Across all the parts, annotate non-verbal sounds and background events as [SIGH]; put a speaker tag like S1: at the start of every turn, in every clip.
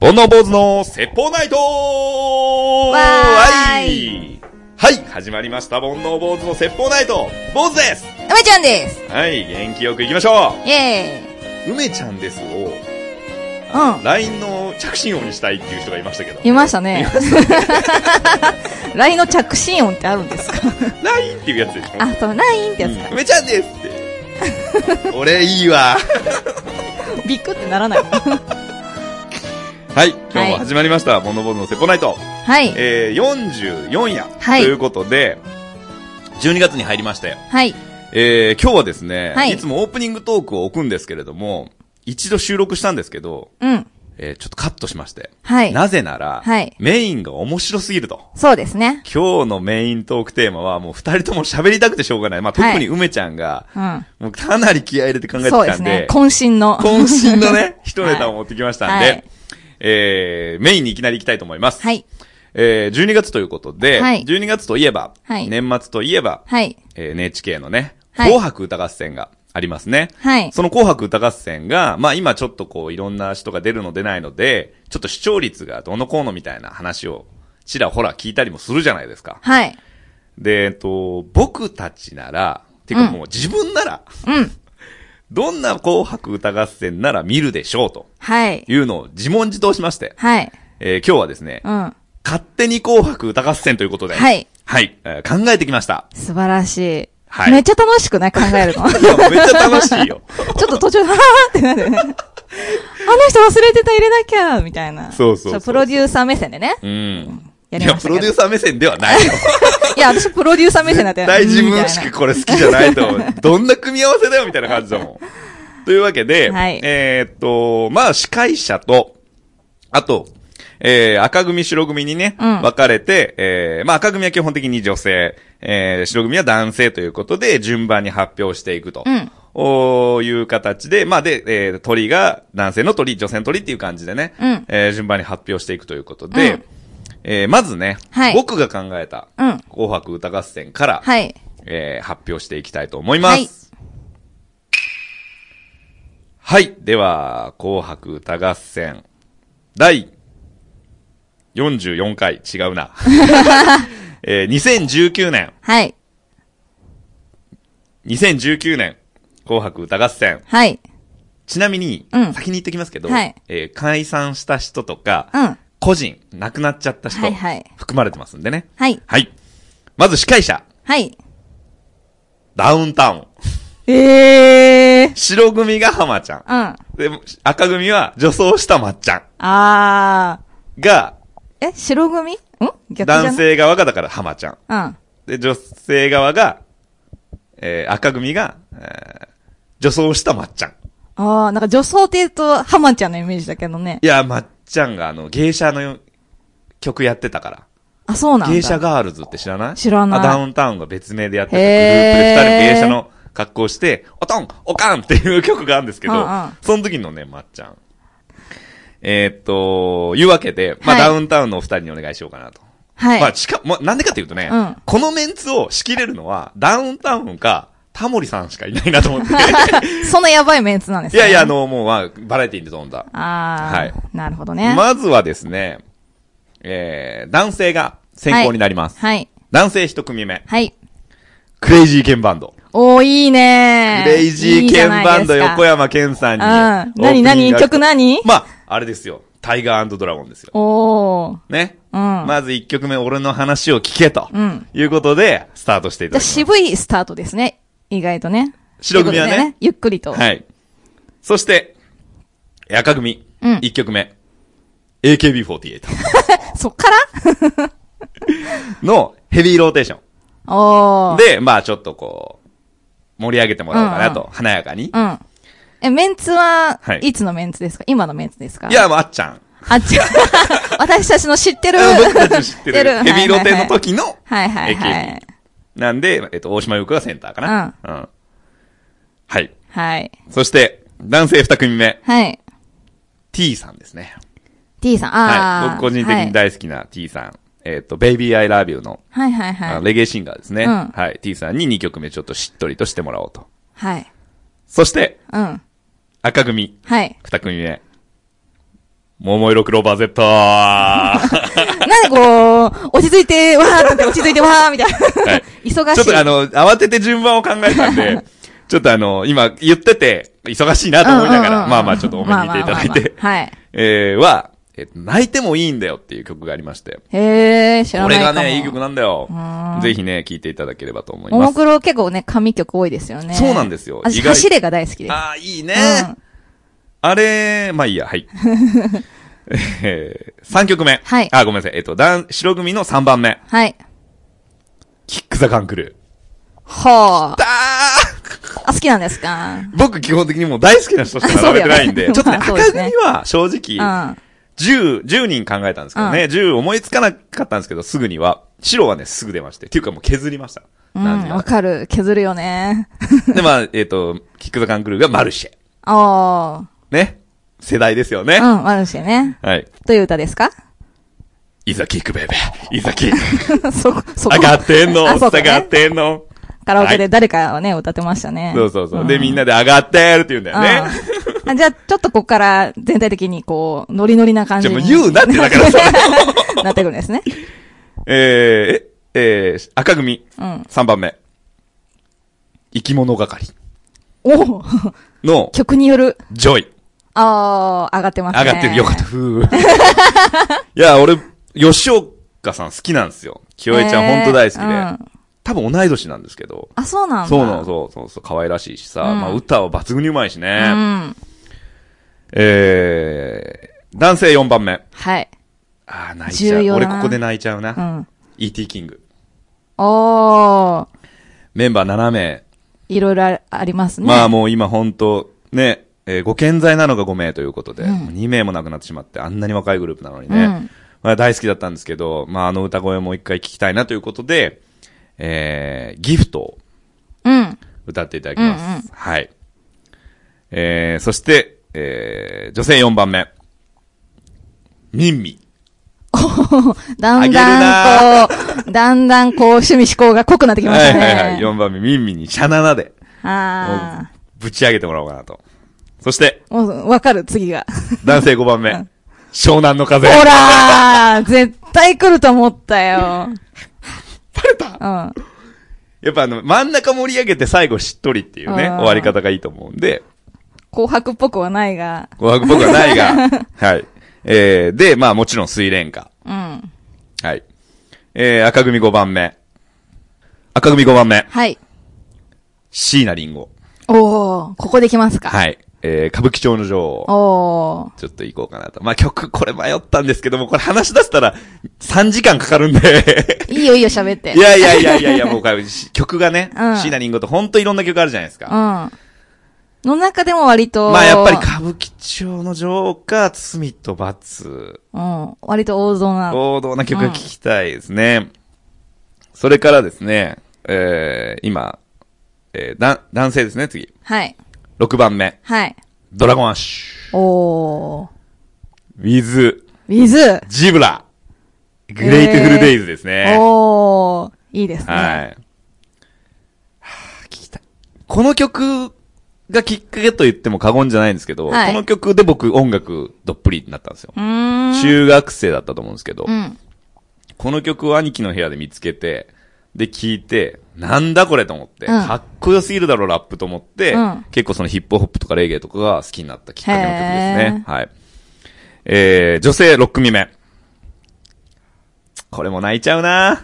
S1: 煩悩坊主の説法ナイト
S2: わ
S1: は
S2: ー
S1: いはい始まりました。煩悩坊主の説法ナイト坊主です
S2: 梅ちゃんです
S1: はい、元気よく行きましょ
S2: イェーイ
S1: う梅ちゃんですを、
S2: うん
S1: LINE の着信音にしたいっていう人がいましたけど。
S2: いましたね。LINE の着信音ってあるんですか
S1: LINE っていうやつでしょ
S2: あ、そう、LINE ってやつ
S1: うん
S2: か。
S1: 梅ちゃんですって。
S2: [LAUGHS]
S1: 俺いいわ。
S2: ビックってならないの
S1: はい、今日も始まりました。煩悩坊主の説法ナイト。
S2: はい。
S1: えー、44夜、
S2: はい
S1: ということで、12月に入りましたよ。
S2: はい。
S1: えー、今日はですね、、
S2: はいい
S1: つもオープニングトークを置くんですけれども、一度収録したんですけど、
S2: うん。
S1: えー、ちょっとカットしまして。
S2: はい。
S1: なぜなら、
S2: はい
S1: メインが面白すぎると。
S2: そうですね。
S1: 今日のメイントークテーマはもう二人とも喋りたくてしょうがない。まあ、特
S2: はい
S1: に梅ちゃんが、
S2: うん。
S1: もうかなり気合い入れて考えて
S2: そうで
S1: た
S2: す
S1: ん
S2: ね
S1: で。、
S2: 渾身の。
S1: 渾身の
S2: [LAUGHS]
S1: ね、一ネタを持ってきましたんで、
S2: はい
S1: えー、メインにいきなり行きたいと思います。
S2: はい。
S1: えー、12月ということで、
S2: はい
S1: 12月といえば、
S2: はい
S1: 年末といえば、
S2: はい。
S1: えー NHK のね、
S2: はい
S1: 紅白歌合戦がありますね。
S2: はい。
S1: その紅白歌合戦が、まあ今ちょっとこういろんな人が出るの出ないので、ちょっと視聴率がどうのこうのみたいな話をちらほら聞いたりもするじゃないですか。
S2: はい。
S1: で、えっと、僕たちなら、てかもう自分なら、
S2: うん。
S1: どんな紅白歌合戦なら見るでしょうと
S2: はい。
S1: いうのを自問自答しまして、
S2: はい。
S1: えー今日はですね、
S2: うん。
S1: 勝手に紅白歌合戦ということで、
S2: はい。
S1: はい、えー考えてきました。 [LAUGHS]
S2: 素晴らしい。
S1: はい
S2: めっちゃ楽しくない考え [LAUGHS] るの。
S1: いやめっちゃ楽しいよ。
S2: ちょっと途中、はぁーってな [LAUGHS] るよね。あの人忘れてた入れなきゃみたいな。
S1: そうそうそう
S2: ちょっとプロデューサー目線でね。
S1: うん。
S2: や
S1: い
S2: りま
S1: や、プ
S2: したけど
S1: ロデューサー目線ではないよ。
S2: いや、私プロデューサー目線なんて。
S1: 絶対自分し
S2: うんみ
S1: かこれ好きじゃないと思
S2: [LAUGHS]
S1: う。どんな組み合わせだよみたいな感じだもん。というわけで、
S2: はい
S1: えーっと、まあ司会者と、あと、えー、赤組、白組にね、
S2: うん
S1: 分かれて、えー、まあ赤組は基本的に女性、えー、白組は男性ということで、順番に発表していくと。
S2: うん
S1: おーいう形で、まあで、えー、鳥が男性の鳥、女性の鳥っていう感じでね、
S2: うん
S1: えー順番に発表していくということで、
S2: うん
S1: えー、まずね、
S2: はい
S1: 僕が考えた、
S2: うん
S1: 紅白歌合戦から、
S2: たいなはい。
S1: えー発表していきたいと思います。はい。では、紅白歌合戦、第44回、違う
S2: [LAUGHS]
S1: な。 [LAUGHS] えー2019年、
S2: はい。
S1: 2019年、紅白歌合戦。
S2: はい。
S1: ちなみに、
S2: うん
S1: 先に言ってきますけど、
S2: はい
S1: えー解散した人とか、
S2: うん
S1: 個人、亡くなっちゃった人、
S2: はいはい
S1: 含まれてますんでね。
S2: はい。
S1: はい。まず司会者、
S2: はい。
S1: ダウンタウン。
S2: えー。
S1: 白組が浜ちゃん。
S2: う
S1: で、
S2: ん。
S1: 赤組は女装したまっちゃ
S2: あ
S1: んが、
S2: ー。え、白組ん逆じゃない
S1: 男。性側がだから浜ちゃん。
S2: うん。
S1: で、女性側が、えー、赤組が、えー、女装したまっちゃん。
S2: あー、なんか女装って言うと、ハマちゃんのイメージだけどね
S1: い。や、まっちゃんがあの、芸者の曲やってたから。
S2: あ、そうなんだ。
S1: 芸者ガールズって知らない
S2: 知らない
S1: あダウンタウンが別名でやってたグルー
S2: へー
S1: プで二人芸者の格好をして、おとんおかんっていう曲があるんですけど、
S2: うんうん
S1: その時のね、まっちゃん。えーっと、いうわけで、まあ、
S2: はい
S1: ダウンタウンのお二人にお願いしようかなと。
S2: はい。
S1: まあ、しか、まあ、なんでかっていうとね、
S2: うん
S1: このメンツを仕切れるのは、ダウンタウンか、タモリさんしかいないなと思っ
S2: [LAUGHS]
S1: て。
S2: そのやばいメンツなんです
S1: い
S2: ね
S1: やいや、あ。の、もう、まあ、バラエティーに飛んだ。は
S2: あ
S1: い
S2: ー。なるほどね。
S1: まずはですね、えー、男性が先行になります。
S2: はい。
S1: 男性一組目。
S2: はい。
S1: クレイジーケンバンド。
S2: おー、いいね
S1: クレイジーケンバンド横山
S2: 山。
S1: 健さんに。
S2: うん。
S1: オープニ
S2: 何
S1: ング
S2: 何
S1: が
S2: 曲何
S1: まあ、あれですよ。タイガードラゴンですよ。
S2: おー。
S1: ね。
S2: うん
S1: まず一曲目、俺の話を聞けと。
S2: うん
S1: いうことで、スタートしていた
S2: じゃあ
S1: だきます。
S2: 渋いスタートですね。意外とね。
S1: 白組はね
S2: ということでゆっくりと。
S1: はい。そして、赤組。
S2: うん
S1: 一曲目。AKB48
S2: [LAUGHS] そっから
S1: のヘビーローテーション。
S2: おー。、
S1: で、まあちょっとこう、盛り上げてもらおうかな
S2: う
S1: と。華やかに。
S2: うん。え、メンツは
S1: は、い
S2: いつのメンツですか今のメンツですか
S1: い、や、もうあっちゃん。[LAUGHS]
S2: あっち、私たちの知ってる。
S1: 僕たち知って
S2: [LAUGHS] 知
S1: る。ヘビーローテの。時の
S2: はいはいはい。はいは
S1: AKB
S2: い。
S1: なんで、えっと、大島優子がセンターかな。うん。はい。
S2: はい。
S1: そして、男性二組目、
S2: はい。
S1: T さんですね。
S2: T さん、あ
S1: はい。
S2: ー。
S1: 僕個人的に
S2: はい。
S1: 大好きな T さん。えっと、Baby I Love You の、
S2: はいはい
S1: あ
S2: はい。
S1: レゲエシンガーですね。
S2: うん
S1: はい。T さんに2曲目ちょっとしっとりとしてもらおうと。
S2: はい。
S1: そして、
S2: うん。
S1: 赤組、
S2: はい。
S1: 2組目、桃色クローバー Z!
S2: [LAUGHS] なんでこう、落ち着いて、わーって落ち着いて、わーみたいな。
S1: はい
S2: [LAUGHS] 忙
S1: ちょっ
S2: しい。
S1: とあの、慌てて順番を考えたん
S2: [LAUGHS]
S1: で、ちょっとあの、今言ってて、忙しいなと思いなが
S2: うんうんうんう
S1: ら、
S2: ん
S1: まあまあちょっと多めに見ていただい
S2: まあまあまあ
S1: て、
S2: まあはい。
S1: えー、は、えっと泣いてもいいんだよっていう曲がありまして、
S2: へー、知ら
S1: こ
S2: ない
S1: れ
S2: かも。
S1: がね、いい曲なんだよ
S2: う。ーん
S1: ぜひね、聴いていただければと思い
S2: も
S1: ま
S2: も
S1: す。
S2: クロ結構ね、神曲多いですよね。
S1: そうなんですよ
S2: 私、
S1: 意外
S2: 走れが大好きです。
S1: ああ、いいね。
S2: うん
S1: あれ、まあいいや、
S2: [LAUGHS]
S1: はい。えー、3曲目。
S2: はい
S1: あ、ごめんなさい。えっと、だん白組の3番目。
S2: はい。
S1: キックザカンクル
S2: は
S1: ー。だー
S2: あ。あ、好きなんですか
S1: 僕基本的にもう大好きな人しか並べてないん
S2: [LAUGHS]
S1: で、
S2: あ
S1: ちょ
S2: そ
S1: っとね、赤
S2: うだよねそうですね
S1: 組は正
S2: う
S1: 直
S2: ん。、あ
S1: 10、10人考えたんですけどね、10思いつかなかったんですけど、すぐには、白はね、すぐ出まして。っていうかもう削りました。
S2: うん、
S1: 何人
S2: わ
S1: か
S2: かる。削るよね。 [LAUGHS]
S1: で、まあ、えっ、と、キックザカンクルーがマルシェ。
S2: あ
S1: ね。世代ですよね。
S2: あ。うん、マルシェね。
S1: はい。
S2: という歌ですか [LAUGHS]
S1: いざキックベイベー。いざキック。
S2: そこ、そこ。
S1: 上がってんの。
S2: あ、そ
S1: 下
S2: うか、
S1: がっ
S2: ね。
S1: てんの。
S2: カラオケで誰かをね、歌ってましたね。
S1: そうそうそう。
S2: ん
S1: で、みんなで上がってるって言うんだよね。
S2: うんあじゃあ、ちょっとここから全体的にこう、ノリノリな感じに。
S1: じゃあもう言うなってだからそ
S2: [LAUGHS] なってくるんですね。
S1: えー、え、えー、赤組、
S2: うん。
S1: 3番目。生き物係
S2: おお
S1: の
S2: 曲による、
S1: ジョイ。
S2: ああ、上がってますね。
S1: 上がってる。よかった。ふう [LAUGHS] いや、俺、吉岡さん好きなんですよ。清江ちゃん、
S2: えー
S1: ほんと大好きで。
S2: うん
S1: 多分同い年なんですけど。
S2: あ、そうなんだ。
S1: そうなの、そうそうそう、可愛らしいしさ。
S2: うん
S1: まあ、歌は抜群にうまいし
S2: う
S1: ね。
S2: ん。
S1: えー、男性4番目。
S2: はい。
S1: ああ、泣いちゃう
S2: 重。要
S1: 俺
S2: だな
S1: ここで泣いちゃうな。
S2: うん
S1: E.T. キング。
S2: おー、
S1: メンバー7名。
S2: いろいろあありますね。
S1: まあもう今ほんと、ね、えーご健在なのが5名ということで、もう2名も亡くなってしまって、あんなに若いグループなのにね。
S2: うん
S1: まあ大好きだったんですけど、まああの歌声もう一回聞きたいなということで、えー、ギフトを
S2: うん。
S1: 歌っていただきます。
S2: うん
S1: はい。えー、そして、えー、女性4番目。ミンミ。
S2: だんだんこう、だんだんこう、趣味思考が濃くなってきま
S1: は
S2: し
S1: い
S2: たね。
S1: はいはい。4番目、ミンミにシャナナで、
S2: あ
S1: ぶち上げてもらおうかなと。そして、
S2: あ。もう、わかる、次が。
S1: 男性5番目。湘南の風。
S2: ほらー絶対来ると思ったよ。バレた
S1: やっぱあの、真ん中盛り上げて最後しっとりっていうね、
S2: あー
S1: 終わり方がいいと思うんで、
S2: うん。紅白っぽくはないが。
S1: 紅白僕はない
S2: [LAUGHS]
S1: が、はい。えー、で、まあもちろん水蓮花。
S2: うん。
S1: はい。えー、赤組5番目。赤組5番目。
S2: はい。
S1: 椎名林檎。
S2: おー、ここできますか。
S1: はい。えー、歌舞伎町の女王。
S2: おー。
S1: ちょっと行こうかなと。まあ曲、これ迷ったんですけども、これ話し出したら3時間かかるんで。
S2: いいよいいよ喋って。
S1: いやいやいやいやいや、もうこれし曲がね、
S2: うん
S1: 椎名林檎とほんといろんな曲あるじゃないですか。
S2: うん。の中でも割と。
S1: まあやっぱり歌舞伎町の女王か、罪と罰。
S2: うん。割と王道な。
S1: 王道な曲が聴きたいですね。それからですね、えー、今、えー、だ、男性ですね、次。
S2: はい。
S1: 6番目。
S2: はい。
S1: ドラゴンアッシ
S2: おー。
S1: ュ。with
S2: ウィズ。
S1: ジブラ。グレイトフルデイズですね。
S2: おー。いいですね。
S1: はい。はぁ、聴きたい。この曲がきっかけと言っても過言じゃないんですけど、
S2: はい
S1: この曲で僕音楽どっぷりになったんですよ。
S2: うーん。
S1: 中学生だったと思うんですけど、
S2: うん。
S1: この曲を兄貴の部屋で見つけて、で、聴いて、なんだこれと思って、
S2: うん
S1: かっこよすぎるだろ、ラップと思って、
S2: うん
S1: 結構そのヒップホップとかレゲエとかが好きになったきっかけの曲ですね
S2: へ。
S1: はい。えー、女性6組目。これも泣いちゃう
S2: [LAUGHS]
S1: な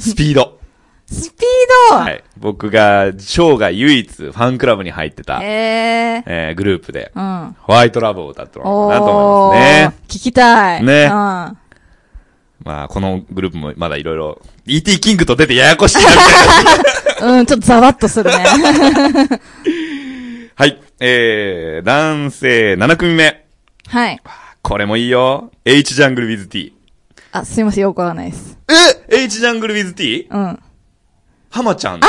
S1: スピード。
S2: スピード
S1: はい。僕が生涯唯一ファンクラブに入ってた、
S2: え
S1: えー、グループで、
S2: ー。うん。
S1: ホワイトラブを歌ってもらお
S2: お
S1: う
S2: ー。
S1: かなと思いますね。
S2: 聞きたい。
S1: ね
S2: うん。
S1: まあ、このグループもまだいろいろ、E.T. キングと出てややこしいなみたいな。
S2: うん、ちょっとざわっとする
S1: [LAUGHS]
S2: ね。
S1: はい。えー、男性7組目。
S2: はい。
S1: これもいいよ。H ジャングル with T。
S2: あ、すいません、よくわかんないです。
S1: え ?H ジャングル with T?
S2: うん。あ
S1: ハマちゃん。
S2: ー、は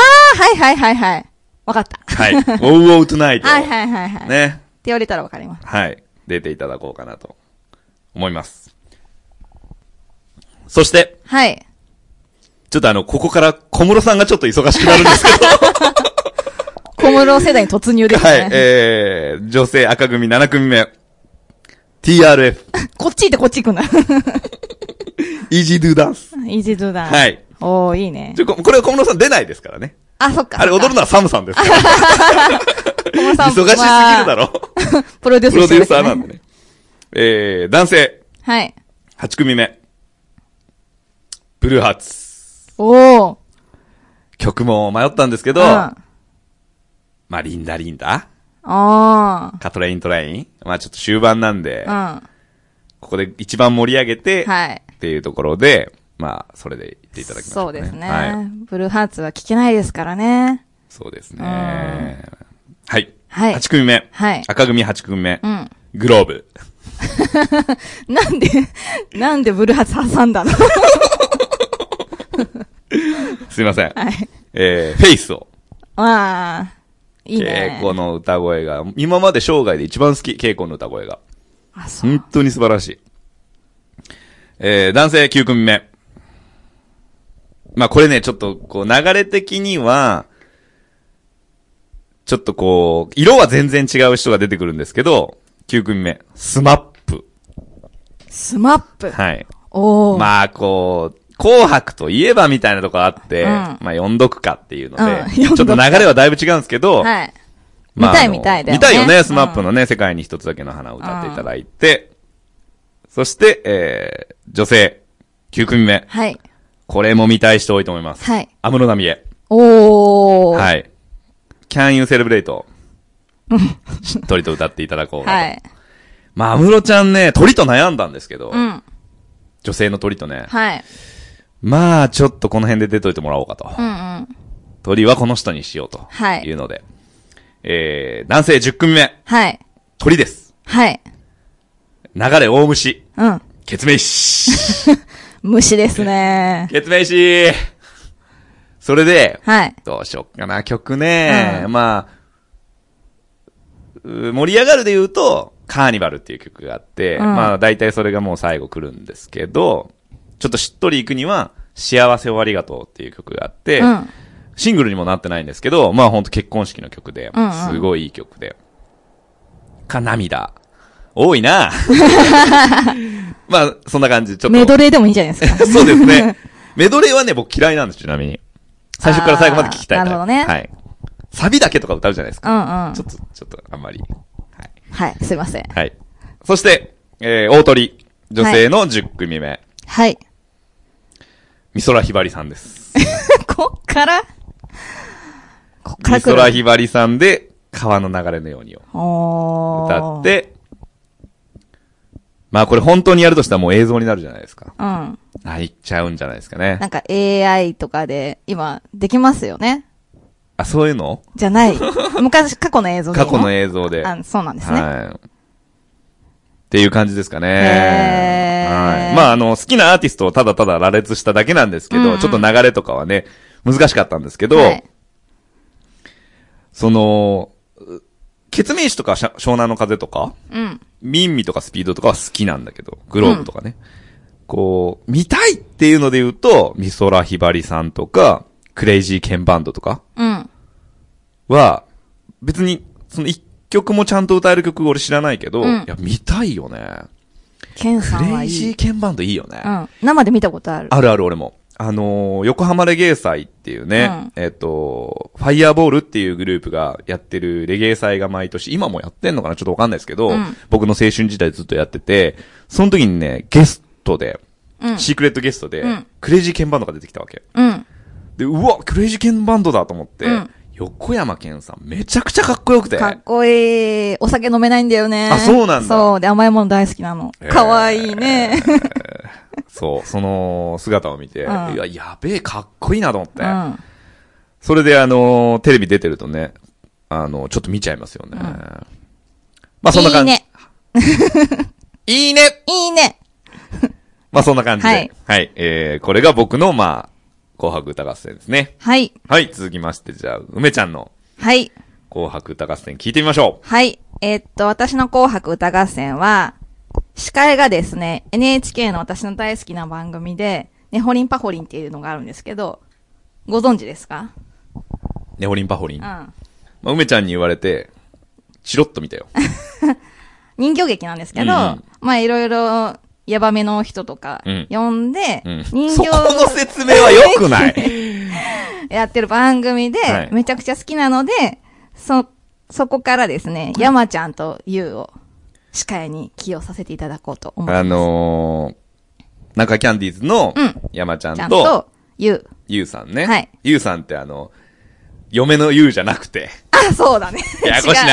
S2: いはいはいはい。わかった。
S1: はい。Wow Wow Tonight。
S2: [LAUGHS] はいはいはいはい。って
S1: ね。
S2: 言われたらわかります。
S1: はい。出ていただこうかなと。思います。そして、
S2: はい。
S1: ちょっとあの、ここから小室さんがちょっと忙しくなるんですけど。
S2: [LAUGHS] 小室世代に突入ですね。
S1: はい。えー、女性赤組7組目。 TRF。
S2: こっち行ってこっち行 [LAUGHS] くんだ。
S1: Easy Do Dance。
S2: イージードゥダン。
S1: はい。
S2: おー、いいね
S1: ち。ょここれは小室さん出ないですからね。
S2: あ、そっか。
S1: あれ踊るのはサムさんですから。
S2: 小室さ
S1: 忙
S2: ん
S1: しすぎるだ
S2: ろ。
S1: ろ。
S2: プロデ
S1: プ
S2: ュース
S1: ロ
S2: して
S1: デュ
S2: る
S1: ーサーなんでね。えー、男性、
S2: はい。
S1: 8組目。ブルーハーツ。
S2: おー。
S1: 曲も迷ったんですけど、
S2: うん
S1: ま
S2: あ
S1: あ、リンダリンダ
S2: あ
S1: カトレイントラインまあ、ちょっと終盤なんで、
S2: ー。
S1: ここで一番盛り上げて、
S2: うん。はい。
S1: っていうところで、まあ、それで言っていただきましょ
S2: そう
S1: か
S2: うですね、
S1: はい。
S2: ブルーハーツは聞けないですからね。
S1: そうです
S2: うん
S1: ね。はい。
S2: はい
S1: 8組目。
S2: はい
S1: 赤組8組目
S2: う。ん。
S1: グローブ。
S2: な
S1: [LAUGHS]
S2: んで、なんでブルーハーツ挟んだの
S1: すいません。
S2: はい。
S1: えー、フェイスを。
S2: まあ、いい
S1: 稽
S2: ね。
S1: 古の歌声が、今まで生涯で一番好き、稽古の歌声が。
S2: あ、そう。
S1: 本当に素晴らしい。えー、男性9組目。まあこれね、ちょっとこう流れ的には、ちょっとこう、色は全然違う人が出てくるんですけど、9組目、スマップ。
S2: スマップ。
S1: はい。
S2: おー。
S1: まあこう、紅白といえばみたいなとこあって、
S2: うん
S1: まあ読んどくかっていうので、
S2: うん
S1: ちょっと流れはだいぶ違うんですけど、
S2: はい。
S1: まあ
S2: 見たい
S1: あの
S2: 見た
S1: 見た
S2: いだよね
S1: いよね、スマップのね、世界に一つだけの花を歌っていただいて、そして、えー、女性、9組目。
S2: はい。
S1: これも見たい人多いと思います。
S2: はい。
S1: 安室奈美恵。
S2: おー。。
S1: はいい。Can You
S2: [LAUGHS]
S1: Celebrate? しっとりと歌っていただこう。
S2: は。い。
S1: まあ、安室ちゃんね、鳥と悩んだんですけど、
S2: うん。
S1: 女性の鳥とね、
S2: はい。
S1: まあ、ちょっとこの辺で出といてもらおうかと。
S2: うんうん。
S1: 鳥はこの人にしようと。
S2: はい
S1: いうので。えー、男性10組目、
S2: はい。
S1: 鳥です。
S2: はい。
S1: 流れ大虫。
S2: うん。
S1: ケツメイシ
S2: 虫ですね。
S1: ケツメイシそれで、
S2: はい。
S1: どうしよっかな、曲ね。
S2: う
S1: まあ、う盛り上がるで言うと、カーニバルっていう曲があって、
S2: うん
S1: まあ大体それがもう最後来るんですけど、ちょっとしっとりいくには、幸せをありがとうっていう曲があって、
S2: うん。
S1: シングルにもなってないんですけど、まあほんと結婚式の曲で
S2: うんうん、
S1: すごいいい曲で。か、涙。多い
S2: [LAUGHS]
S1: なまあ、そんな感じ。ちょっと。
S2: メドレーでもいいんじゃないです
S1: [LAUGHS]
S2: か。
S1: そうですね。メドレーはね、僕嫌いなんです、ちなみに。最初から最後まで聞きたいタイプ。
S2: あーなるほどね
S1: はい。サビだけとか歌うじゃないです
S2: う
S1: か。
S2: んうん
S1: ち。ょっと、ちょっと、あんまり。はい。
S2: はい。すいません。
S1: はい。そして、えー、大鳥。女性の10組目。
S2: はい。 [LAUGHS]
S1: 美空ひばりさんです。
S2: こっからこっか
S1: 美
S2: ら来る。
S1: 空ひばりさんで、川の流れのようにを
S2: おー
S1: 歌っ。て、まあこれ本当にやるとしたらもう映像になるじゃないですか。
S2: うん。
S1: 泣いちゃうんじゃないですかね
S2: な。んか AI とかで今できますよね
S1: あ、そういうの
S2: じゃない。 [LAUGHS] 昔、過去の映像でいい
S1: 過去の映像で。
S2: あそうなんですね。
S1: はい。っていう感じですかね。
S2: へー
S1: はい。まあ、あの、好きなアーティストをただただ羅列しただけなんですけど、
S2: うんうん
S1: ちょっと流れとかはね、難しかったんですけど、
S2: はい
S1: その、ケツメイシとかしゃ湘南の風とか、
S2: うん。
S1: ミンミとかスピードとかは好きなんだけど、グローブとかね。こう、見たいっていうので言うと、美空ひばりさんとか、クレイジーケンバンドとか
S2: うん。
S1: は、別に、その一曲もちゃんと歌える曲俺知らないけど、
S2: うん
S1: いや、見たいよね。
S2: ケンさん
S1: ク
S2: は
S1: レ
S2: い
S1: イジ
S2: い
S1: ー。ケンバンドいいよね。
S2: うん。生で見たことある。
S1: あるある俺も。あのー横浜レゲエ祭っていうね、えっ、と、ファイヤーボールっていうグループがやってるレゲエ祭が毎年、今もやってんのかなちょっとわかんないですけど、
S2: うん
S1: 僕の青春時代ずっとやってて、その時にね、ゲストで、
S2: うん。
S1: シークレットゲストで、
S2: うん
S1: クレイジーケンバンドが出てきたわけ。
S2: うん。
S1: で、うわ、クレイジーケンバンドだと思って、
S2: うん
S1: 横山健さんめちゃくちゃかっこよくて。
S2: かっこいい。お酒飲めないんだよね。
S1: あそうなんだ
S2: そう。で、甘いもの大好きなの
S1: へ。ー
S2: かわいいね。
S1: そう、その姿を見て、
S2: うん
S1: いや、やべえ、かっこいいなと思って。
S2: うん。
S1: それであのーテレビ出てるとね、あのーちょっと見ちゃいますよね。
S2: ん
S1: まあそんな感じ。
S2: いいね。
S1: いいね
S2: いいね。
S1: まあそんな感じで。は
S2: はいい。
S1: えー、これが僕の、まあ、紅白歌合戦ですね。
S2: はい。
S1: はい、続きまして、じゃあ、梅ちゃんの
S2: はい。
S1: 紅白歌合戦聞いてみましょ
S2: はい。えーっと、私の紅白歌合戦は、司会がですね、NHK の私の大好きな番組で、ねほりんぱほりんっていうのがあるんですけど、ご存知ですか
S1: う。ねほりんぱほりん。
S2: うん。
S1: まあ、梅ちゃんに言われて、チロッと見たよ。
S2: 人形劇なんですけど、
S1: うんうん
S2: まあいろいろ、ヤバめの人とか
S1: うん、
S2: 呼んで、
S1: うん。
S2: 人
S1: [LAUGHS] そ
S2: 形
S1: この説明は良くない。
S2: やってる番組で
S1: はい、
S2: めちゃくちゃ好きなので、そ、そこからですね、山ちゃんとゆうを、司会に起用させていただ [LAUGHS] こうと思います。
S1: あのー、中キャンディーズの
S2: うん、
S1: 山ちゃ
S2: ちゃ
S1: ん
S2: ん
S1: と、
S2: と、ゆう。
S1: ゆうさんね。
S2: はい
S1: ゆうさんってあの、嫁のゆうじゃなくて、
S2: あ、そうだね。
S1: [LAUGHS] ややこしいな。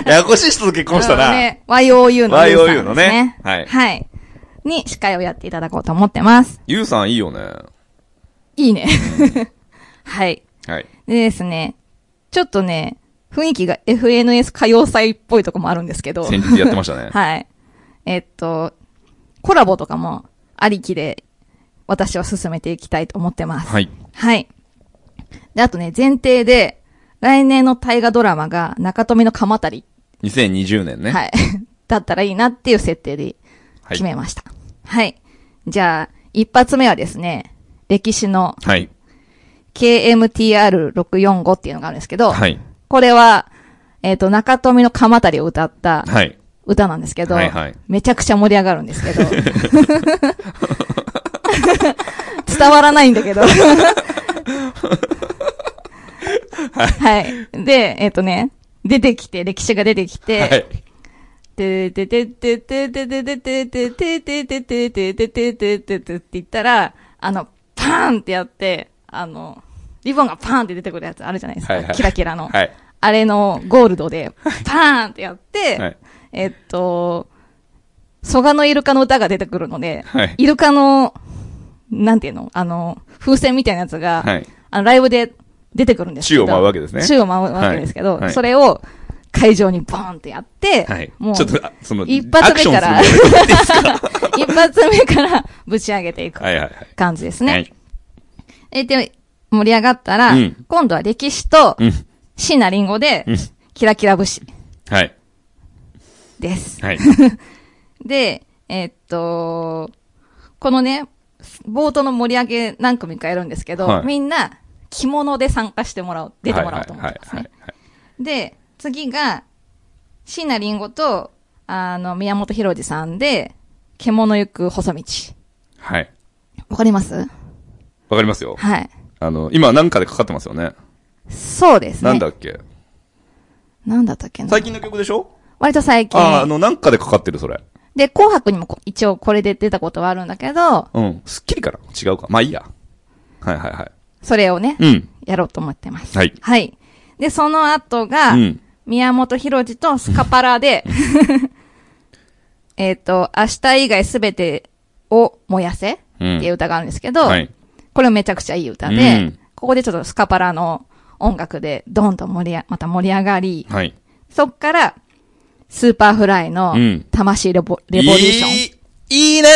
S1: [LAUGHS] ややこしい人と結婚した
S2: うん
S1: な。
S2: ね、YOU のゆうさんです、ね。
S1: YOU のねはい
S2: はい。に司会をやっていただこうと思ってます。
S1: ゆうさんいいよね。
S2: い
S1: [LAUGHS]
S2: いね。はい。
S1: はい。
S2: でですね、ちょっとね、雰囲気が FNS 歌謡祭っぽいとこもあるんですけど。
S1: 先日やってましたね。
S2: [LAUGHS] はい。えっと、コラボとかもありきで、私は進めていきたいと思ってます。
S1: はい。
S2: はい。で、あとね、前提で、来年の大河ドラマが中富の鎌足り、
S1: 2020年ね。
S2: はい。 [LAUGHS] だったらいいなっていう設定で
S1: はい。
S2: 決めました。はい。じゃあ、一発目はですね、歴史の
S1: はい。
S2: KMTR645 っていうのがあるんですけど、
S1: はい。
S2: これは、えっ、と、中富の鎌足りを歌った、
S1: はい。
S2: 歌なんですけど、
S1: はいはい
S2: めちゃくちゃ盛り上がるんですけど。伝わらないんだけど。はい。で、えっ、とね、出てきて、歴史が出てきて、
S1: はい。
S2: ててててててててててててててててててててって言ったら、あの、パーンってやって、あの、リボンがパーンって出てくるやつあるじゃないです
S1: はいは
S2: か。
S1: い
S2: キラキラの。
S1: はい。
S2: あれのゴールドで、パーンってやって、
S1: はい。
S2: えっと、蘇我のイルカの歌が出てくるので、
S1: はい
S2: イルカの、なんていうのあの、風船みたいなやつが、
S1: はい。
S2: あのライブで出てくるんですけど。
S1: 宙を舞うわけですね
S2: 宙を舞うわけですけど、
S1: はいはい
S2: それを会場にボーンってやって、
S1: はい。
S2: もう、
S1: ちょっと、あその、
S2: 一発目から
S1: アクションするのやめて [LAUGHS]
S2: 一発目からぶち上げていく [LAUGHS]
S1: はいはいはい。
S2: 感じですね。
S1: はい。
S2: えで、盛り上がったら、
S1: うん
S2: 今度は歴史と、
S1: うん。
S2: 椎名林檎で、
S1: うん
S2: キラキラ節
S1: はい。
S2: です。
S1: はい。
S2: で、えーっと、このね、冒頭の盛り上げ何組かやるんですけど、
S1: はい
S2: みんな着物で参加してもらおう、 [LAUGHS] 出てもらおうと思ってますね。
S1: はいはい
S2: で、次が、椎名林檎と、あの、宮本浩次さんで、獣行く細道。
S1: はい。はい。
S2: わかります
S1: わかりますよ。
S2: はい。
S1: あの、今なんかでかかってますよね。
S2: そうですね。
S1: なんだっけ
S2: なんだったっけな
S1: 最近の曲でしょ
S2: 割と最
S1: ああ、あ
S2: 近。
S1: の、なんかでかかってる、それ。
S2: で、紅白にもこ一応これで出たことはあるんだけど、
S1: うん。スッキリかな違うか。まあいいや。はいはいは
S2: それをね、
S1: い。うん。
S2: やろうと思ってます。
S1: はい
S2: はい。で、その後が、
S1: うん。
S2: 宮本浩次とスカパラ
S1: [LAUGHS]
S2: で、えっと、明日以外すべてを燃やせっ
S1: うん。
S2: ていう歌があるんですけど、
S1: はい。
S2: これめちゃくちゃいい歌で、
S1: うん
S2: ここでちょっとスカパラの音楽でドンと盛りあ、また盛り上がり、
S1: はい。
S2: そっから、スーパーフライの
S1: うん
S2: 魂レボ、レボリューション。
S1: いいいい
S2: [LAUGHS]
S1: ね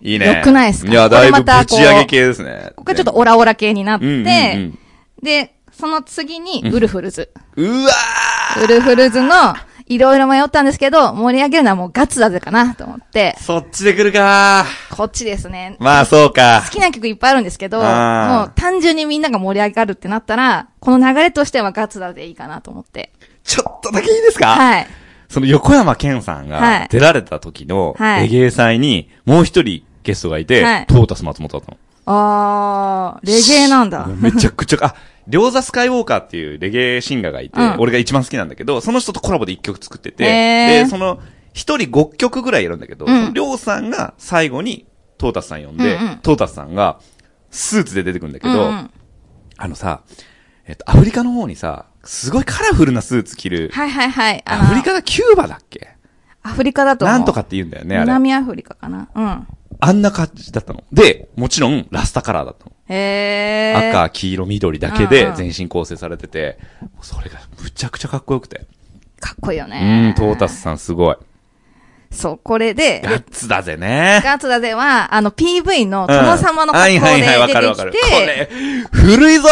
S1: いいね。
S2: よくないですか
S1: いや、だいぶ
S2: これまた
S1: ぶ
S2: こ
S1: ち
S2: う
S1: 上げ系ですね。
S2: ここがちょっとオラオラ系になって、
S1: うんうんうん
S2: で、その次にウルフルズ。
S1: うわ
S2: ウルフルズの、いろいろ迷ったんですけど、盛り上げるのはもうガツだぜかなと思って
S1: ー、そっちで来るか
S2: こっちですね。
S1: ー。まあ、そうか
S2: 好。きな曲いっぱいあるんですけど、も
S1: あー
S2: う単純にみんなが盛り上がるってなったら、この流れとしてはガツだぜいいかなと思って。
S1: ちょっとだけいいですか
S2: はい。
S1: その横山健さん
S2: は
S1: が
S2: い
S1: 出られた時の
S2: はい
S1: レゲエ祭にもう一人ゲストがいて、
S2: はい
S1: トータス松本だったの。
S2: あー、レゲエなんだ。
S1: めちゃくちゃ、あ、両座スカイウォーカーっていうレゲエシンガーがいて、
S2: うん
S1: 俺が一番好きなんだけど、その人とコラボで一曲作ってて、
S2: へー
S1: で、その、一人5曲ぐらいやるんだけど、
S2: うん
S1: そのりょうさんが最後にトータスさん呼んで、
S2: うんうん
S1: トータスさんがスーツで出てくるんだけ
S2: うんう
S1: ど、
S2: ん
S1: あのさ、えっと、アフリカの方にさ、すごいカラフルなスーツ着る、
S2: はいはいはい。あ
S1: ア
S2: の
S1: フリカがキューバだっけ
S2: アフリカだと思う。
S1: なんとかって言うんだよね、あれ。
S2: 南アフリカかな。うん。
S1: あんな感じだったの。で、もちろん、ラスタカラーだったの。
S2: へー。
S1: 赤、黄色、緑だけ
S2: うんう
S1: で
S2: ん
S1: 全身構成されてて、それがむちゃくちゃかっこよくて。
S2: かっこいいよ
S1: う
S2: ね。
S1: ん、トータスさんすごい。
S2: そう、これで、
S1: ガッツだぜね。
S2: ガーツだでは、あの、PV の
S1: うん
S2: 殿様の
S1: は
S2: 格
S1: い
S2: 好
S1: はい
S2: で
S1: はい、わかる
S2: 出
S1: わ
S2: て
S1: かる。
S2: き
S1: こ
S2: て、
S1: れ、古
S2: [LAUGHS]
S1: いぞ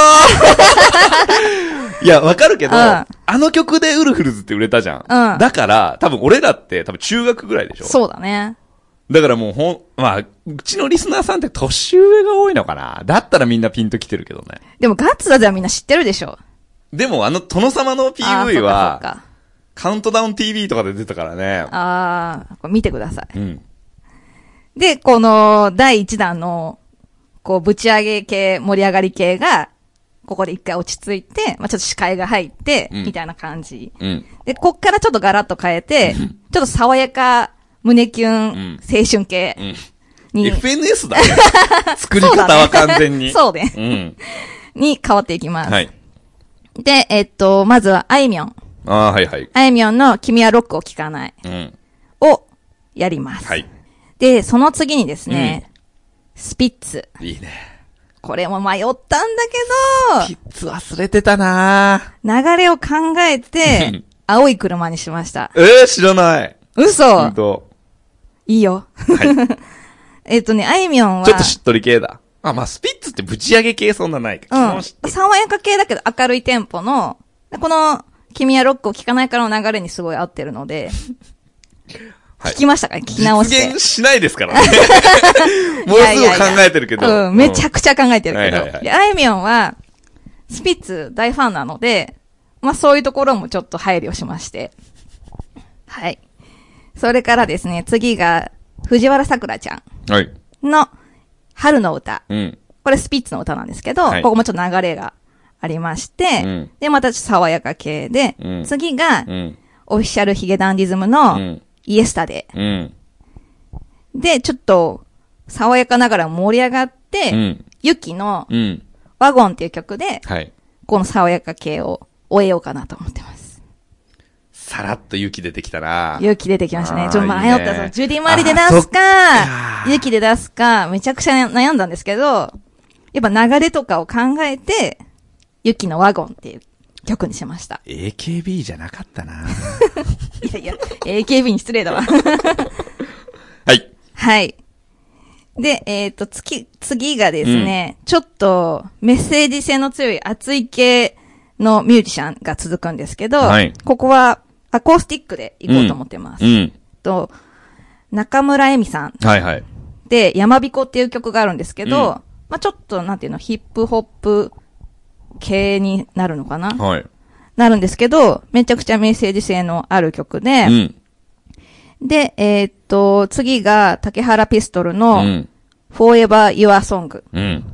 S1: ーいや、わかるけど、
S2: うん
S1: あの曲でウルフルズって売れたじゃん。
S2: うん
S1: だから、多分俺らって多分中学ぐらいでしょ
S2: そうだね。
S1: だからもうほん、まあ、うちのリスナーさんって年上が多いのかなだったらみんなピンときてるけどね。
S2: でもガーツだではみんな知ってるでしょ。
S1: でもあの殿様の
S2: あー
S1: PV は
S2: そう、か
S1: カウントダウン TV とかで出たからね。
S2: ああ、これ見てくださ
S1: うん。
S2: い。で、この第1弾の、こう、ぶち上げ系、盛り上がり系が、ここで一回落ち着いて、まあ、ちょっと視界が入って、
S1: うん
S2: みたいな感じ。
S1: うん。
S2: で、こっからちょっとガラッと変えて、ちょっと爽やか、胸キュン、
S1: ん
S2: 青春系
S1: うん。
S2: に、
S1: FNS だね。
S2: [LAUGHS]
S1: 作り方は完全に。
S2: そうね、
S1: うん。
S2: に変わっていきます。
S1: はい。
S2: で、えっと、まずは、あいみょん。
S1: ああ、はいはい。
S2: あいみょんの君はロックを聴かない
S1: うん。
S2: をやります。
S1: はい。
S2: で、その次にですね、スピッツ。
S1: いいね。
S2: これも迷ったんだ
S1: キ
S2: け
S1: ッズ忘れてたな
S2: ど、流れを考え
S1: う [LAUGHS]
S2: て
S1: ん、
S2: 青い車にしました。
S1: ええー、知らない。ほ
S2: 嘘
S1: んと。
S2: いいよ。
S1: はい。
S2: [LAUGHS] えっとね、あいみょんは、
S1: ちょっとしっとり系だ。あ、まあ、スピッツってぶち上げ系そんなないか。基本し
S2: うん。爽やか系だけど明るいテンポの、でこの、君はロックを聴かないからの流れにすごい合ってるので、
S1: はい
S2: 聞きましたか聞き直して。
S1: 実現しないですからね。 [LAUGHS] もうすぐ考えてるけど。
S2: うん、めちゃくちゃ考えてるけ
S1: はいはいは
S2: ど。
S1: い
S2: で、あいみょんは、スピッツ大ファンなので、まあそういうところもちょっと配慮しまして。はい。それからですね、次が、藤原さくらちゃ
S1: うんはい。
S2: んの、春の歌。
S1: うん。
S2: これスピッツの歌なんですけど、
S1: はい
S2: ここもちょっと流れがありまして、
S1: うん
S2: で、また爽やか系で、
S1: うん
S2: 次が、
S1: うん。
S2: オフィシャルヒゲダンディズム
S1: う
S2: の、
S1: ん。
S2: イエスタデ
S1: うん。
S2: ー。で、ちょっと、爽やかながら盛り上がって、
S1: うん。
S2: ユキの
S1: うん。
S2: ワゴンっていう曲で、
S1: はい。
S2: この爽やか系を終えようかなと思ってます。
S1: さらっと雪出てきたな
S2: 勇気出てきましたね
S1: あ。ー
S2: ちょっと迷っ
S1: いいね
S2: たぞ。ジュディ・マリで出す
S1: あ
S2: か
S1: そっか、
S2: 勇気で出すか、めちゃくちゃ悩んだんですけど、やっぱ流れとかを考えて、ユキのワゴンっていう曲にしました。
S1: AKB じゃなかったな
S2: いやいや、AKB に失礼だわ。
S1: はい。
S2: はい。で、えっ、と、次、次がですね、ちょっとメッセージ性の強い熱い系のミュージシャンが続くんですけど、
S1: はい
S2: ここはアコースティックで行こうと思ってます。
S1: うん。
S2: と、中村恵美さん
S1: はいはい。
S2: で、やまびこっていう曲があるんですけど、
S1: うん
S2: まあちょっと、なんていうの、ヒップホップ系になるのかな
S1: はい。
S2: なるんですけど、めちゃくちゃメッセージ性のある曲で
S1: う、ん。
S2: で、えーっと、次が、竹原ピストル
S1: う
S2: の、
S1: ん。
S2: Forever Your Song。
S1: うん。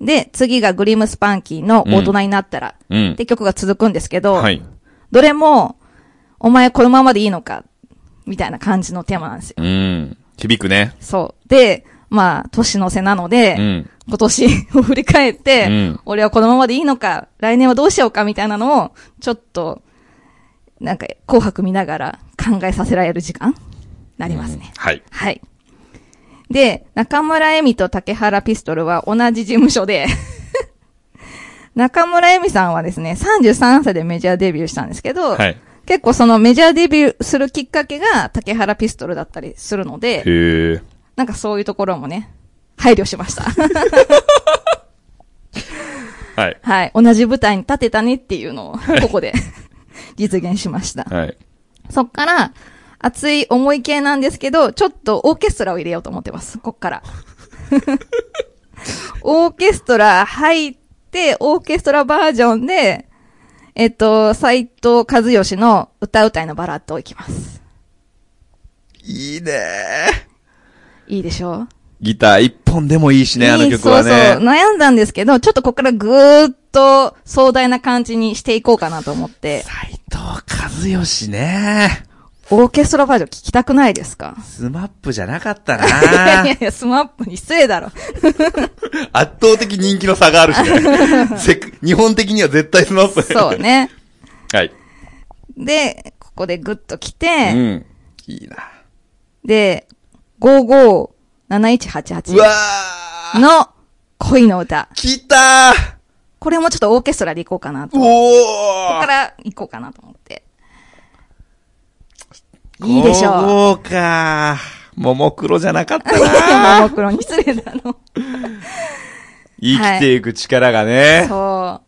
S2: で、次がグリムスパンキーの
S1: うん
S2: 大人になったら、
S1: うん
S2: っ。て曲が続くんですけど、
S1: はい。
S2: どれも、お前このままでいいのか、みたいな感じのテーマなんですよ。
S1: うん。響くね。
S2: そう。で、まあ、年の瀬なの
S1: う
S2: で、
S1: ん。
S2: 今年を振り返って、
S1: うん
S2: 俺はこのままでいいのか、来年はどうしようか、みたいなのを、ちょっと、なんか、紅白見ながら考えさせられる時間なりますね。
S1: うん。はい。
S2: はい。で、中村恵美と竹原ピストルは同じ事務所で、 [LAUGHS] 中村恵美さんはですね、33歳でメジャーデビューしたんですけど、
S1: はい。
S2: 結構そのメジャーデビューするきっかけが竹原ピストルだったりするので、
S1: へえ。
S2: なんかそういうところもね、配慮しました。 [LAUGHS]
S1: はい。
S2: はい。同じ舞台に立てたねっていうのを、ここで [LAUGHS] 実現しました。
S1: はい。
S2: そっから、熱い思い系なんですけど、ちょっとオーケストラを入れようと思ってます。こ
S1: [LAUGHS]
S2: っから。オーケストラ入って、オーケストラバージョンで、えっと、斎藤和義の歌うたいのバラッドをいきます。
S1: いいね
S2: いいでしょう
S1: ギター一本でもいいしね、あの曲はね。
S2: いいそうそう。悩んだんですけど、ちょっとここからぐーっと壮大な感じにしていこうかなと
S1: [LAUGHS]
S2: 思って、
S1: 斉藤和義ね。
S2: オーケストラバージョン聞きたくないですか
S1: スマップじゃなかった
S2: [LAUGHS] いやいや
S1: な
S2: いや、スマップに失礼だろ。
S1: [LAUGHS] 圧倒的人気の差があるし
S2: [LAUGHS]
S1: ね。せっ日本的には絶対スマップ。
S2: そう。ね。
S1: はい。
S2: で、ここでグッと来
S1: う
S2: て、
S1: ん。いいな。
S2: で、557188
S1: うわー
S2: の恋の歌。
S1: 来たー
S2: これもちょっとオーケストラでいこうかなと。ここ
S1: おー
S2: から行こうかなと思って。いいでしょう。
S1: う。そうかー。ももクロじゃなかった
S2: いや、も
S1: な
S2: もクロに失礼なの。
S1: 生きていく力がね。
S2: そ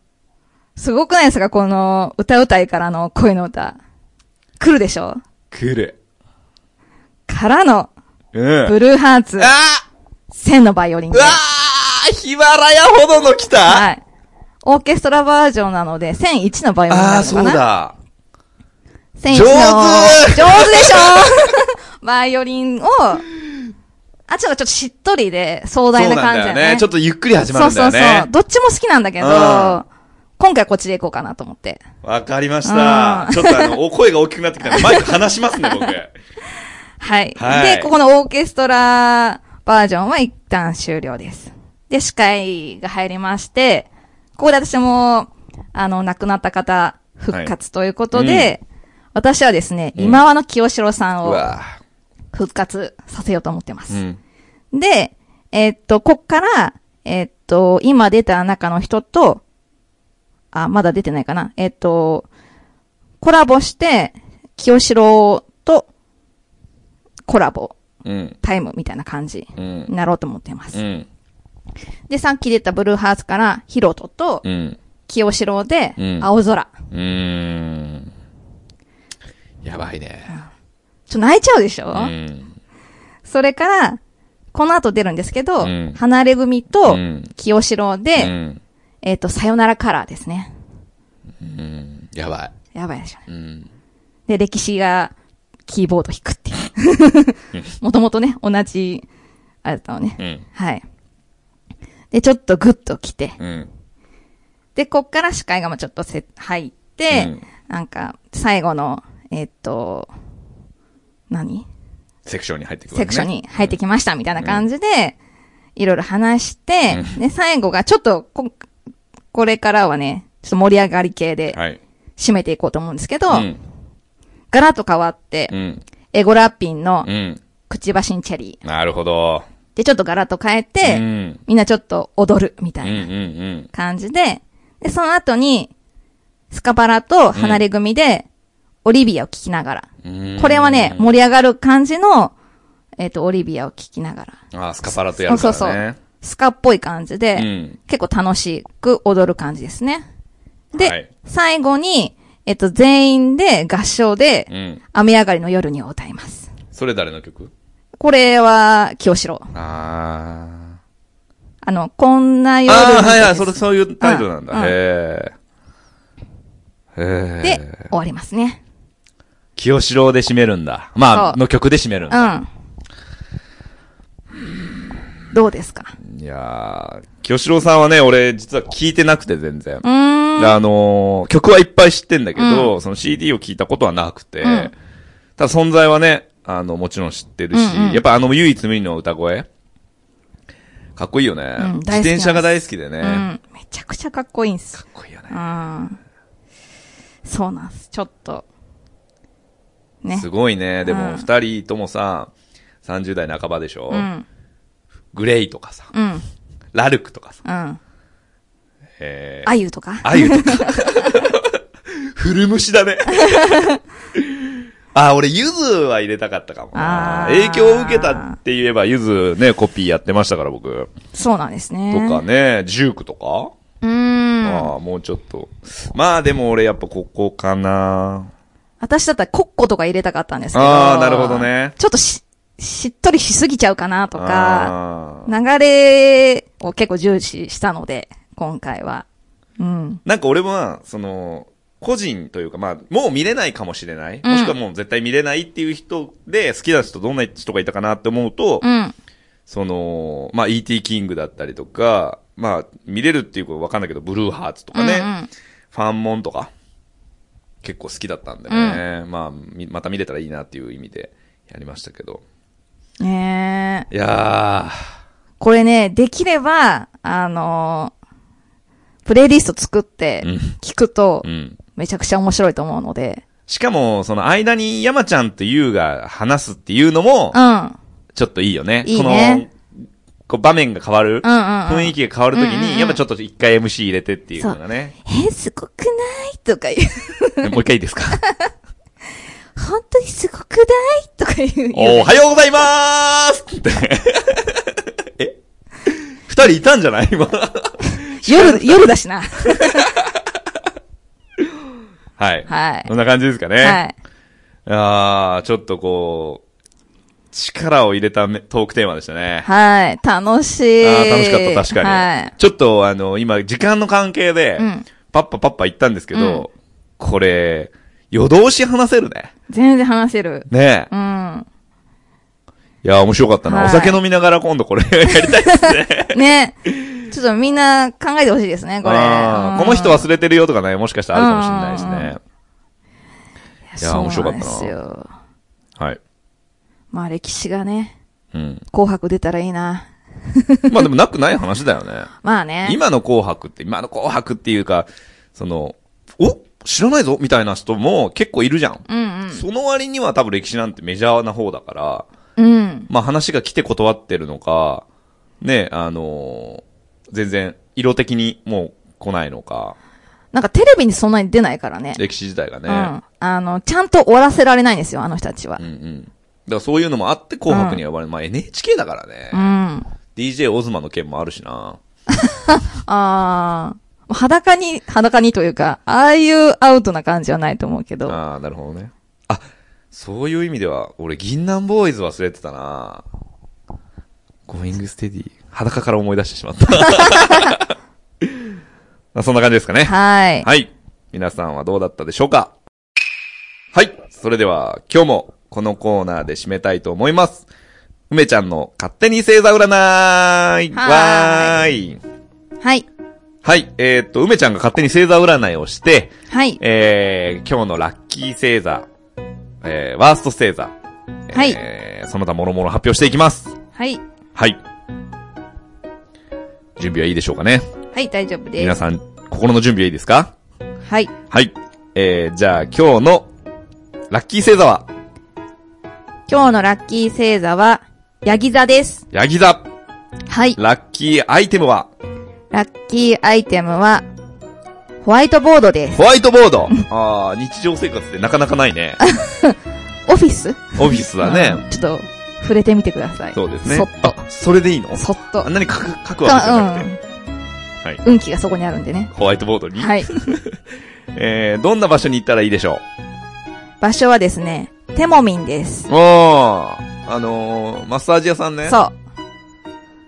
S2: う。すごくないですかこの歌うたいからの恋の歌。来るでしょ
S1: 来る。
S2: からの、
S1: うん。
S2: ブルーハーツ、
S1: あ
S2: 千のバイオリン
S1: ーう
S2: で。
S1: わーヒマラヤほどの来た、
S2: はい。オーケストラバージョンなので、1001のバイオリンにな
S1: あー、
S2: るの
S1: そ
S2: か
S1: う
S2: な
S1: だ。
S2: センスの。
S1: 上
S2: 上手でしょ [LAUGHS] バイオリンを、あっちのがちょっとしっとりで壮大な感じだ
S1: そうな
S2: よ
S1: んだよ
S2: ね。
S1: ね。ちょっとゆっくり始ま
S2: そ
S1: る
S2: う
S1: だ
S2: んそ
S1: よ
S2: うそう。
S1: ね。
S2: どっちも好きなんだけど、
S1: うん
S2: 今回はこっちでいこうかなと思って。
S1: わかりました
S2: う。ん
S1: ちょっとあの、お声が大きくなってきたので、マイク離しますね、
S2: [LAUGHS]
S1: 僕。
S2: はい。
S1: はい
S2: で、ここのオーケストラバージョンは一旦終了です。で、司会が入りまして、ここで私も、あの、亡くなった方、復活ということで、
S1: はい
S2: 私はですね、
S1: うん
S2: 今和の清志郎さん
S1: う
S2: を
S1: わ
S2: 復活させようと思ってます。
S1: うん。
S2: で、えっと、こっから、えっと、今出た中の人と、あ、まだ出てないかな。えっと、コラボして、清志郎とコラボ
S1: うん。
S2: タイムみたいな感じ
S1: うん。
S2: になろうと思ってます。
S1: うん。
S2: で、さっき出たブルーハーツからヒロトと
S1: うん。
S2: 清志郎で
S1: うん
S2: 青空。
S1: うーん。やばいね。
S2: ちょ、泣いちゃうでしょ、
S1: うん。
S2: それから、この後出るんですけど、
S1: うん
S2: 離れ組
S1: う
S2: と
S1: ん
S2: 清志郎
S1: う
S2: で、
S1: ん。
S2: えっと、さよならカラーですね。
S1: うん。やばい。
S2: やばいでしょ。
S1: うん。
S2: で、歴史がキーボード弾くっていう。もともとね、同じ、あれだったのね。
S1: うん。
S2: はい。で、ちょっとグッと来て。
S1: うん。
S2: で、こっから司会がまあちょっとせ入って、なんか、最後の、えっと、何
S1: セクションに入ってくる、ね。
S2: セクション。に入ってきましたみたいな感じで、いろいろ話して、で、最後がちょっとこ、これからはね、ちょっと盛り上がり系で
S1: はい。
S2: 締めていこうと思うんですけど、
S1: うん。
S2: ガラッと変わって、
S1: うん。
S2: エゴラッピンの
S1: うん。
S2: くちばしんチェリー。
S1: なるほど。
S2: で、ちょっとガラッと変え
S1: う
S2: て、
S1: ん。
S2: みんなちょっと踊るみた
S1: うんう
S2: いなん
S1: うん。
S2: 感じで、で、その後に、スカパラと離れ組で、オリビアを聴きながら。
S1: うん
S2: これはね、、盛り上がる感じの、えっ、と、オリビアを聴きながら。
S1: あースカパラとやるからね。
S2: そうそうそうスカっぽい感じで、
S1: うん。
S2: 結構楽しく踊る感じですね。で、
S1: はい
S2: 最後に、えっ、と、全員で合唱で、
S1: うん。
S2: 雨上がりの夜にを歌います。
S1: それ誰の曲
S2: これは、清志郎。
S1: あ
S2: あの、こんな
S1: あ。
S2: 夜に
S1: ああ、
S2: です
S1: はいはい、それ、そういうタイトルなんだ。
S2: うんうん
S1: へえ。へえ。
S2: で、終わりますね。
S1: 清志郎で締めるんだ。ま
S2: そ
S1: あ、
S2: う
S1: の曲で締めるん
S2: う
S1: だ。
S2: ん。どうですか
S1: いやー、清志郎さんはね、俺、実は聞いてなくて全然。
S2: うーん。
S1: あのー曲はいっぱい知ってんだけど、その CD を聞いたことはなくて、
S2: ん
S1: ただ存在はね、あの、もちろん知ってるし、
S2: うんうん
S1: やっぱあの唯一無二の歌声、かっこいいよね。
S2: うん
S1: 自
S2: 大好きなんです
S1: 転車が大好きでね。
S2: う
S1: かっ
S2: ん。めちゃくちゃかっこいいんす。
S1: こいいよね
S2: う。ん。そうなんです。ちょっと。ね
S1: す。ごいね。で
S2: うん
S1: も、二人ともさ、30代半ばでしょ、
S2: うん。
S1: グレイとかさ、
S2: うん。
S1: ラルクとかさ、
S2: うん。
S1: えー、
S2: あゆとか。
S1: あゆとか。古虫だね。あ、俺、ゆずは入れたかったかもな。
S2: あー
S1: 影響を受けたって言えば、ゆずね、コピーやってましたから、僕。
S2: そうなんです
S1: と
S2: ね。
S1: か。ね、ジュークとか、
S2: うーん。
S1: ああ、もうちょっと。まあ、でも俺、やっぱここかな。
S2: 私だったらコッコとか入れたかったんですけど。
S1: あーなるほどね
S2: ちょっとし、しっとりしすぎちゃうかなとか、
S1: あー
S2: 流れを結構重視したので、今回は。うん。
S1: なんか俺は、その、個人というか、まあ、もう見れないかもしれない。
S2: うん
S1: もしくはもう絶対見れないっていう人で、好きな人、どんな人がいたかなって思うと、
S2: うん。
S1: その、まあ、E.T. キングだったりとか、まあ、見れるっていうことわかんないけど、ブルーハーツとかね、
S2: うんうん
S1: ファンモンとか、結構好きだったんでね、まあ、みまた見れたらいいなっていう意味でやりましたけど。
S2: ねえ。
S1: いや
S2: これね、できれば、あのープレイリスト作って
S1: うん、
S2: 聞くと
S1: ー、う、ん。
S2: めちゃくちゃ面白いと思うので。
S1: しかも、その間に山ちゃんと優が話すっていうのも
S2: う、ん。うん
S1: ちょっといいよね。
S2: いいね
S1: この、こう場面が変わる、
S2: うんうん。
S1: 雰囲気が変わるときに、
S2: うんうんうん
S1: やっぱちょっと一回 MC 入れてっていうのがね。
S2: え、すごくないとか言
S1: [LAUGHS]
S2: う。 [LAUGHS]
S1: もう一回いいですか
S2: 本当にすごくないとか言う。
S1: おはようございまーすって。え二人いたんじゃない今。
S2: 夜、夜だしな。
S1: はい。
S2: はい
S1: そんな感じですか [LAUGHS] ね。
S2: はい。
S1: あー、ちょっとこう、力を入れためトークテーマでしたね。
S2: はい。楽し
S1: あ
S2: い。
S1: ー楽しかった、確かに。
S2: はい。
S1: ちょっとあの、今、時間の関係で、
S2: うん
S1: パッパパッパ言ったんですけど、これ、夜通し話せるね。
S2: 全然話せる。
S1: ねえ。
S2: うん。
S1: いや、面白かったな。
S2: はい
S1: お酒飲みながら今度これやりたいですね。
S2: ね。ちょっとみんな考えてほしいですね、これ。
S1: あ
S2: う
S1: ー
S2: ん
S1: この人忘れてるよとかね、もしかしたらあるかもしれないです
S2: うんうん
S1: ね。いや
S2: そう
S1: 面白かった
S2: ん
S1: な
S2: ですよ。
S1: はい。
S2: まあ歴史がね、
S1: うん。
S2: 紅白出たらいいな。
S1: [LAUGHS] まあでもなくない話だよね。
S2: まあね。
S1: 今の紅白って、今の紅白っていうか、その、お知らないぞみたいな人も結構いるじゃん。
S2: うん
S1: その割には多分歴史なんてメジャーな方だから、
S2: うん。うん。
S1: まあ話が来て断ってるのか、ね、あのー全然色的にもう来ないのか、
S2: なんかテレビにそんなに出ないからね。
S1: 歴史自体が
S2: う
S1: ね。
S2: ん。あの、ちゃんと終わらせられないんですよ、あの人たちは
S1: うん、。うん。だからそういうのもあって紅白に呼ばれる。まあ NHK だからね。
S2: うん。あ
S1: DJ オズマの件もあるしな。
S2: あー。裸に、裸にというか、ああいうアウトな感じはないと思うけど。
S1: ああ、なるほどね。あ、そういう意味では、俺、銀杏ボーイズ忘れてたなゴーイングステディ。裸から思い出してしまった。 [LAUGHS] まあそんな感じですかね。
S2: はい。
S1: はい。皆さんはどうだったでしょうかはい。それでは、今日もこのコーナーで締めたいと思います。梅ちゃんの勝手に星座占い
S2: は
S1: わーい。
S2: はい。
S1: はい。えーっと、梅ちゃんが勝手に星座占いをして、
S2: はい。
S1: えー、今日のラッキー星座、えー、ワースト星座、えーその他諸々発表していきます。
S2: はい。
S1: はい。準備はいいでしょうかね。
S2: はい、大丈夫で
S1: 皆
S2: す。
S1: さん、心の準備はいいですか
S2: はい。
S1: はい。えー、じゃあ今日のラッキー星座は、
S2: 今日のラッキー星座は、ヤギ座です。
S1: ヤギ座。
S2: はい。
S1: ラッキーアイテムは、
S2: ラッキーアイテムは、ホワイトボードです。
S1: ホワイトボー
S2: [LAUGHS]
S1: ド。あー、日常生活でなかなかないね。
S2: オフィス
S1: オフィスだね。
S2: うんちょっと、触れてみてください。
S1: そうですね。
S2: そっと。
S1: あ、それでいいの
S2: そっと
S1: あん。なに書く、書くわけじゃなくて。はい
S2: 運気がそこにあるんでね。
S1: ホワイトボードに。
S2: はい。
S1: えー、どんな場所に行ったらいいでしょ
S2: 場所はですね、テモミンです。
S1: うおー、あのー、マッサージ屋さんね。
S2: そ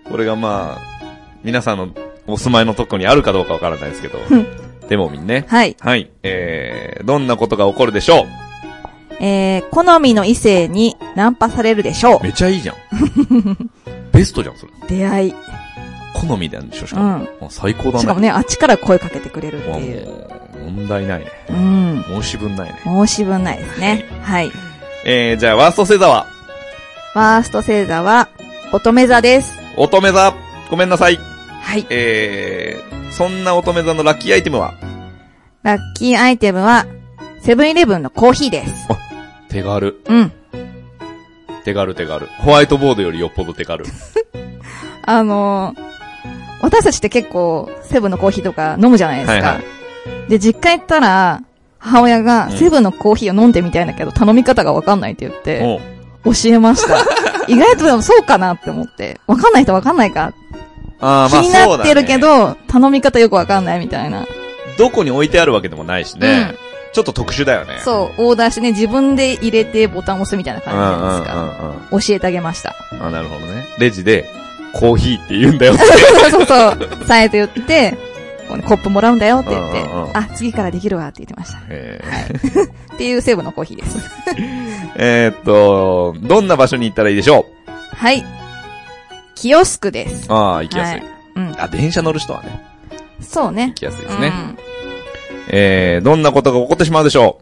S2: う。
S1: これがまあ、皆さんのお住まいのとこにあるかどうかわからないですけど
S2: ん。
S1: でもみんね。
S2: はい。
S1: はい。えー、どんなことが起こるでしょ
S2: えー、好みの異性にナンパされるでしょ
S1: うめちゃいいじゃん。
S2: [LAUGHS]
S1: ベストじゃん、それ。
S2: う。出会い。
S1: 好みなんでしょ、しか
S2: う
S1: も。
S2: ん。
S1: あ最高だ
S2: しかも
S1: ね。
S2: ね、あっちから声かけてくれるって
S1: わも
S2: いう。
S1: う問題ないね。
S2: うん。
S1: 申し分ないね。
S2: 申し分ないですね。はい。
S1: えー、じゃあ、ワースト星座は
S2: ワースト星座は、乙女座です。
S1: 乙女座ごめんなさい。
S2: はい。
S1: えー、そんな乙女座のラッキーアイテムは
S2: ラッキーアイテムは、セブンイレブンのコーヒーです。
S1: 手軽。
S2: うん。
S1: 手軽手軽。ホワイトボードよりよっぽど手軽。
S2: あのー私たちって結構、セブンのコーヒーとか飲むじゃないですか。
S1: はいはい
S2: で、実家行ったら、母親が、
S1: うん
S2: セブンのコーヒーを飲んでみたいんだけど、頼み方がわかんないって言って、
S1: おう
S2: 教えま
S1: [LAUGHS]
S2: した。意外とでもそうかなって思って、わかんない人わかんないか。
S1: あー
S2: 気
S1: まあ
S2: になってるけ
S1: そうだね
S2: ど、頼み方よくわかんないみたいな。
S1: どこに置いてあるわけでもないしね。ちょっと特殊だよね。う。
S2: そう、オーダーしてね、自分で入れてボタン押すみたいな
S1: う
S2: 感
S1: んう
S2: じ
S1: んう
S2: じ
S1: ん
S2: ゃ
S1: う
S2: ない
S1: ん
S2: ですか。教えてあげました。 [LAUGHS]
S1: あ、なるほどね。レジで、コーヒーって言うんだよ。
S2: そうそうそう。さえと言って、このコップもらうんだよって言って
S1: うんうんう、ん
S2: あ、次からできるわって言ってました。
S1: え
S2: っていうセブのコーヒーです。
S1: ーえーっと、どんな場所に行ったらいいでしょ
S2: はい。キオスクです。
S1: うああ、行きやすい,、
S2: はうん。
S1: あ、電車乗る人はね、
S2: そうね
S1: 行。きやすいで
S2: う
S1: すね。
S2: ん。
S1: えー、どんなことが起こってしまうでしょ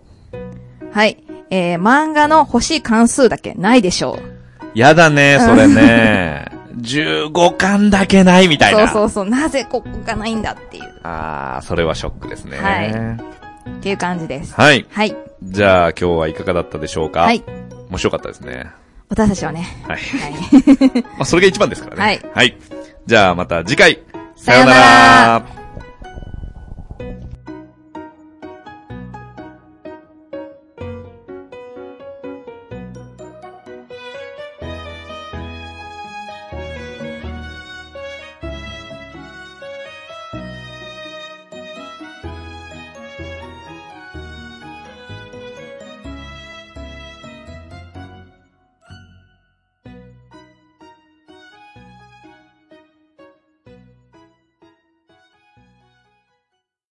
S2: はい。えー、漫画の欲しい関数だけないでしょう。
S1: うやだね、それね。15巻だけないみたい
S2: そう
S1: な。。
S2: そううそう。なぜここがないんだっていう、
S1: ああ、それはショックですね。
S2: はっていう感じです。
S1: はい。
S2: はい。
S1: じゃあ、今日はいかがだったでしょうか
S2: はい。。
S1: 面白かったですね。
S2: 私たちはね。
S1: はい。
S2: はい。
S1: まあ、それが一番ですからね。
S2: はい
S1: はい。じゃあ、また次回。
S2: さようなら
S1: さようなら。